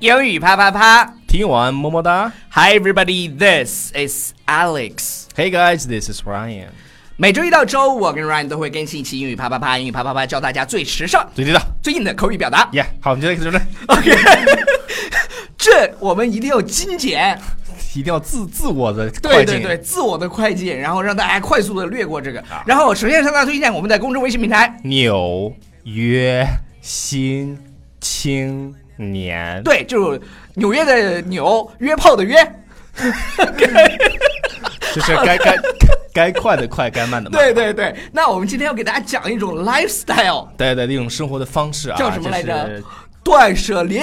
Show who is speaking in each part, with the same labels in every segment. Speaker 1: 英语啪啪啪
Speaker 2: 听完么么哒。
Speaker 1: ！Hi everybody, this is Alex。
Speaker 2: Hey guys, this is Ryan。
Speaker 1: 每周一到周五，我跟 Ryan 都会更新一期英语啪啪啪，英语啪啪啪，教大家最时尚、
Speaker 2: 最地道，
Speaker 1: 最硬的口语表达。
Speaker 2: 耶、好，我们今天开始论，
Speaker 1: OK，这我们一定要精简，
Speaker 2: 一定要自自我的
Speaker 1: 对
Speaker 2: 快
Speaker 1: 对
Speaker 2: 进。
Speaker 1: 对，自我的快进，然后让大家快速的略过这个。然后首先向大家推荐我们的公众微信平台，
Speaker 2: 纽约新青年，
Speaker 1: 对，就是纽约的纽，约炮的 约。
Speaker 2: 就是该该 该快的快，该慢的慢。
Speaker 1: 对对对，那我们今天要给大家讲一种 lifestyle，
Speaker 2: 对对，一种生活的方式啊，
Speaker 1: 叫什么来着
Speaker 2: 就是
Speaker 1: 断舍离。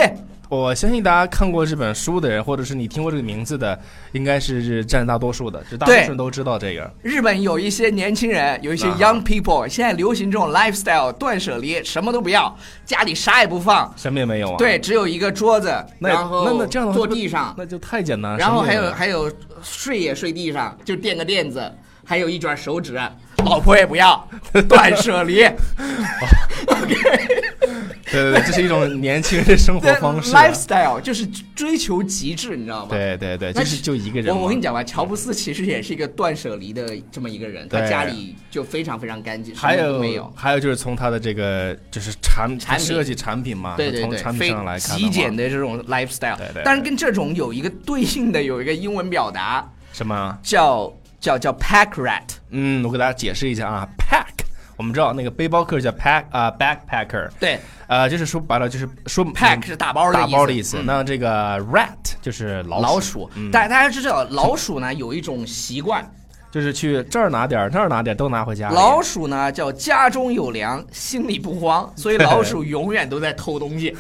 Speaker 2: 我相信大家看过这本书的人，或者是你听过这个名字的，应该是占大多数的，就大多数人都知道这个。
Speaker 1: 日本有一些年轻人，有一些
Speaker 2: 啊
Speaker 1: young people，现在流行这种 lifestyle 断舍离，什么都不要，家里啥也不放，
Speaker 2: 什么也没有啊？
Speaker 1: 对，，只有一个桌子，
Speaker 2: 那
Speaker 1: 然后
Speaker 2: 那那这样的话
Speaker 1: 坐地上，
Speaker 2: 那就太简单了。
Speaker 1: 然后还
Speaker 2: 什
Speaker 1: 有
Speaker 2: 么
Speaker 1: 还有睡也睡地上，就垫个垫子，还有一卷手指，老婆也不要，断舍 离。
Speaker 2: 也没有对对对，这是一种年轻人的生活
Speaker 1: 对
Speaker 2: 方式。啊
Speaker 1: lifestyle 就是追求极致，你知道吗？
Speaker 2: 对对对，
Speaker 1: 那
Speaker 2: 就是就一个人
Speaker 1: 我
Speaker 2: 嘛。
Speaker 1: 我跟你讲吧，乔布斯其实也是一个断舍离的这么一个人，他
Speaker 2: 对
Speaker 1: 家里就非常非常干净，
Speaker 2: 还
Speaker 1: 什么都
Speaker 2: 有啊
Speaker 1: 没有。
Speaker 2: 还有就是从他的这个就是产
Speaker 1: 产品
Speaker 2: 设计产品嘛，
Speaker 1: 对对
Speaker 2: 从
Speaker 1: 对，
Speaker 2: 产
Speaker 1: 非
Speaker 2: 品上来看
Speaker 1: 极
Speaker 2: 的
Speaker 1: 简
Speaker 2: 话，
Speaker 1: 的这种 lifestyle，
Speaker 2: 对对对
Speaker 1: 但是跟这种有一个对应的有一个英文表达
Speaker 2: 什么？
Speaker 1: 叫叫叫 pack rat，
Speaker 2: 嗯，我给大家解释一下啊，pack，我们知道那个背包客叫 pack 啊、backpacker，
Speaker 1: 对
Speaker 2: 呃，就是说白了就是说
Speaker 1: Pack 是大包的
Speaker 2: 大包的
Speaker 1: 意
Speaker 2: 意
Speaker 1: 思嗯
Speaker 2: 思。那这个 rat 就是老
Speaker 1: 老
Speaker 2: 鼠，嗯
Speaker 1: 鼠，大大家知道老鼠呢有一种习惯，
Speaker 2: 就是去这儿拿点儿，那儿拿点儿，都拿回家里。
Speaker 1: 老鼠呢叫家中有粮，心里不慌，所以老鼠永远都在偷东西。，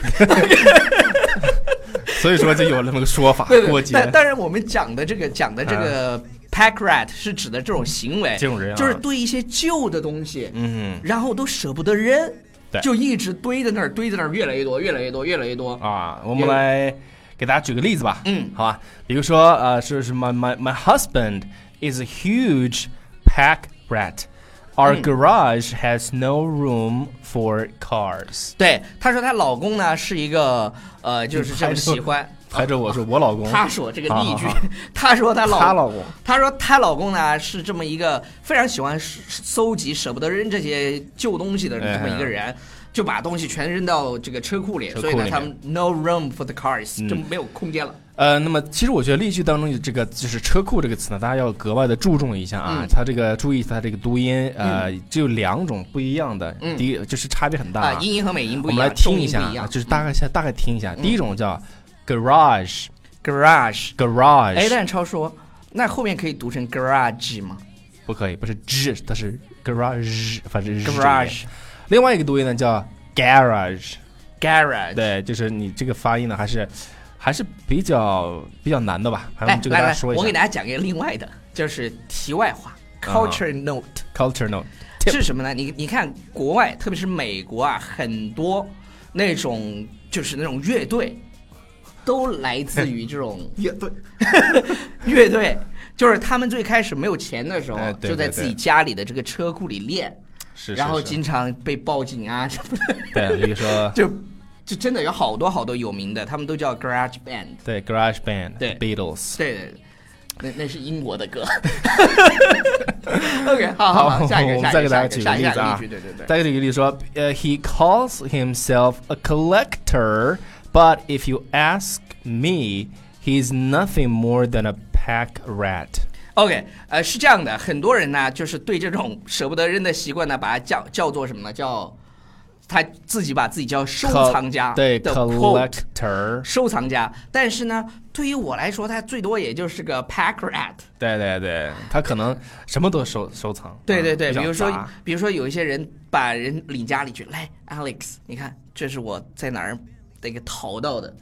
Speaker 2: 所以说就有了那么个说 法
Speaker 1: 对
Speaker 2: 过
Speaker 1: 对，
Speaker 2: 节啊
Speaker 1: 但但是我们讲的这个讲的这个 pack rat 是指的这种行为，
Speaker 2: 这种人啊
Speaker 1: 就是对一些旧的东西，
Speaker 2: 嗯
Speaker 1: 然后都舍不得扔，
Speaker 2: 对
Speaker 1: 就一直堆在那儿，堆在那儿，越来越多，越来越多，越来越多。
Speaker 2: 啊，我们来给大家举个例子吧，
Speaker 1: 嗯
Speaker 2: 好吧，比如说呃，是是 my my my husband is a huge pack rat。Our
Speaker 1: 嗯
Speaker 2: garage has no room for cars。
Speaker 1: 对，她说她老公呢是一个呃，就是这么喜欢。
Speaker 2: 拍着我说，我老公，
Speaker 1: 她说这个
Speaker 2: 好
Speaker 1: 例
Speaker 2: 好
Speaker 1: 句
Speaker 2: 好，
Speaker 1: 她说她老
Speaker 2: 她啊老公，
Speaker 1: 她说她老公呢是这么一个非常喜欢搜集、舍不得扔这些旧东西的这么一个人，就把东西全扔到这个车库里，
Speaker 2: 哎车库
Speaker 1: 所以呢
Speaker 2: 里面
Speaker 1: 他们 no room for the cars，
Speaker 2: 嗯
Speaker 1: 就没有空间了。
Speaker 2: 呃，那么其实我觉得例句当中有这个就是车库这个词呢，大家要格外的注重一下啊，
Speaker 1: 嗯
Speaker 2: 它这个注意它这个读音，呃，只有两种不一样的，
Speaker 1: 嗯
Speaker 2: 第一就是差别很大、
Speaker 1: 啊，音译和美音不
Speaker 2: 我
Speaker 1: 一
Speaker 2: 们来
Speaker 1: 样，
Speaker 2: 听
Speaker 1: 重
Speaker 2: 一
Speaker 1: 音
Speaker 2: 下
Speaker 1: 不
Speaker 2: 啊
Speaker 1: 一，样。嗯
Speaker 2: 就是大概先大概听一下，第一种叫 garage
Speaker 1: garage，
Speaker 2: garage，
Speaker 1: 哎，但超说，那后面可以读成 garage 吗
Speaker 2: 不可以，不是 g，它是 garage，反正是这个音
Speaker 1: ？garage
Speaker 2: 另外一个读音呢叫 garage，
Speaker 1: garage。
Speaker 2: 对，就是你这个发音呢还是还是比较比较难的吧，还
Speaker 1: 来
Speaker 2: 们就给
Speaker 1: 来
Speaker 2: 大家
Speaker 1: 哎来，
Speaker 2: 说一
Speaker 1: 我给
Speaker 2: 下
Speaker 1: 大家讲一个另外的，就是题外话，culture
Speaker 2: 啊
Speaker 1: note。
Speaker 2: culture note，Tip
Speaker 1: 是什么呢？你你看国外，特别是美国啊，很多那种就是那种乐队，都来自于这 种
Speaker 2: 也对，
Speaker 1: 乐队，就是他们最开始没有钱的时候，啊
Speaker 2: 哎对
Speaker 1: 就在
Speaker 2: 对
Speaker 1: 自
Speaker 2: 对
Speaker 1: 己家里的这个车库里练，
Speaker 2: 是，
Speaker 1: 然后
Speaker 2: 是是
Speaker 1: 经常被报警啊 什么的，
Speaker 2: 对，比如说
Speaker 1: 就就真的有好多好多有名的，他们都叫 garage band。
Speaker 2: 对 garage band，
Speaker 1: 对
Speaker 2: Beatles，
Speaker 1: 对对对，那那是英国的 歌。OK，好好
Speaker 2: 好
Speaker 1: 下一个，
Speaker 2: 我
Speaker 1: 下
Speaker 2: 们
Speaker 1: 一个，
Speaker 2: 再给大家举个
Speaker 1: 下一个，下一
Speaker 2: 例子啊
Speaker 1: 下一个例句，对对对。
Speaker 2: 再举个例子说，呃，he calls himself a collector, but if you ask me, he's nothing more than a pack rat。
Speaker 1: OK，呃，是这样的，很多人呢，就是对这种舍不得扔的习惯呢，把它叫叫做什么呢？叫他自己把自己叫收
Speaker 2: Co-
Speaker 1: 藏家
Speaker 2: 对
Speaker 1: 的 quote
Speaker 2: collector，
Speaker 1: 收藏家。但是呢，对于我来说，他最多也就是个 pack rat。
Speaker 2: 对对对，他可能什么都收收藏。
Speaker 1: 对
Speaker 2: 嗯
Speaker 1: 对对，
Speaker 2: 比较
Speaker 1: 比如说
Speaker 2: 杂，
Speaker 1: 比如说有一些人把人领家里去，来，Alex，你看，这是我在哪儿那个淘到的，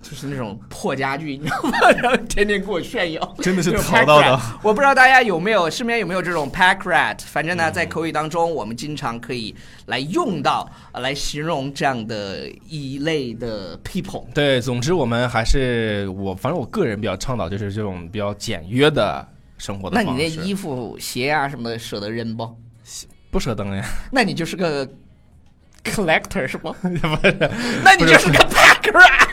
Speaker 1: 就是那种破家具，你知道吗？然后天天给我炫耀，
Speaker 2: 真的是
Speaker 1: 这种
Speaker 2: 淘到的
Speaker 1: pack rat。我不知道大家有没有身边有没有这种 pack rat，反正
Speaker 2: 嗯
Speaker 1: 呢，在口语当中，我们经常可以来用到，呃来形容这样的一类的 people。
Speaker 2: 对，总之我们还是我，反正我个人比较倡导就是这种比较简约的生活的
Speaker 1: 那
Speaker 2: 方
Speaker 1: 你
Speaker 2: 式。
Speaker 1: 那衣服、鞋啊什么的舍得扔不？
Speaker 2: 不舍得呀？
Speaker 1: 那你就是个 collector 是吗？
Speaker 2: 不是，
Speaker 1: 那你就是个 pack rat。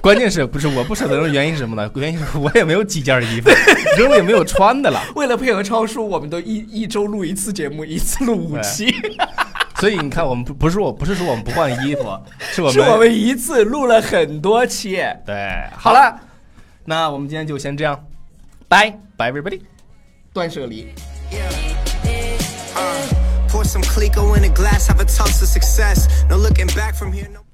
Speaker 2: 关键是不是我不舍得扔原因是什么呢？原因是我也没有几件衣服， 扔了也没有穿的了。
Speaker 1: 为了配合超叔，我们都一一周录一次节目，一次录
Speaker 2: 哎
Speaker 1: 五期，
Speaker 2: 所以你看，我们不不是我不是说我们不换衣服，是 我
Speaker 1: 是
Speaker 2: 们
Speaker 1: 我们一次录了很多期。
Speaker 2: 对。
Speaker 1: 好
Speaker 2: 好了，
Speaker 1: 了，
Speaker 2: 那我们今天就先这样
Speaker 1: 拜，
Speaker 2: ，Bye everybody。
Speaker 1: 断舍离。
Speaker 3: Uh, Pour some Clico in a glass, have a toast to success. No looking back from here. No-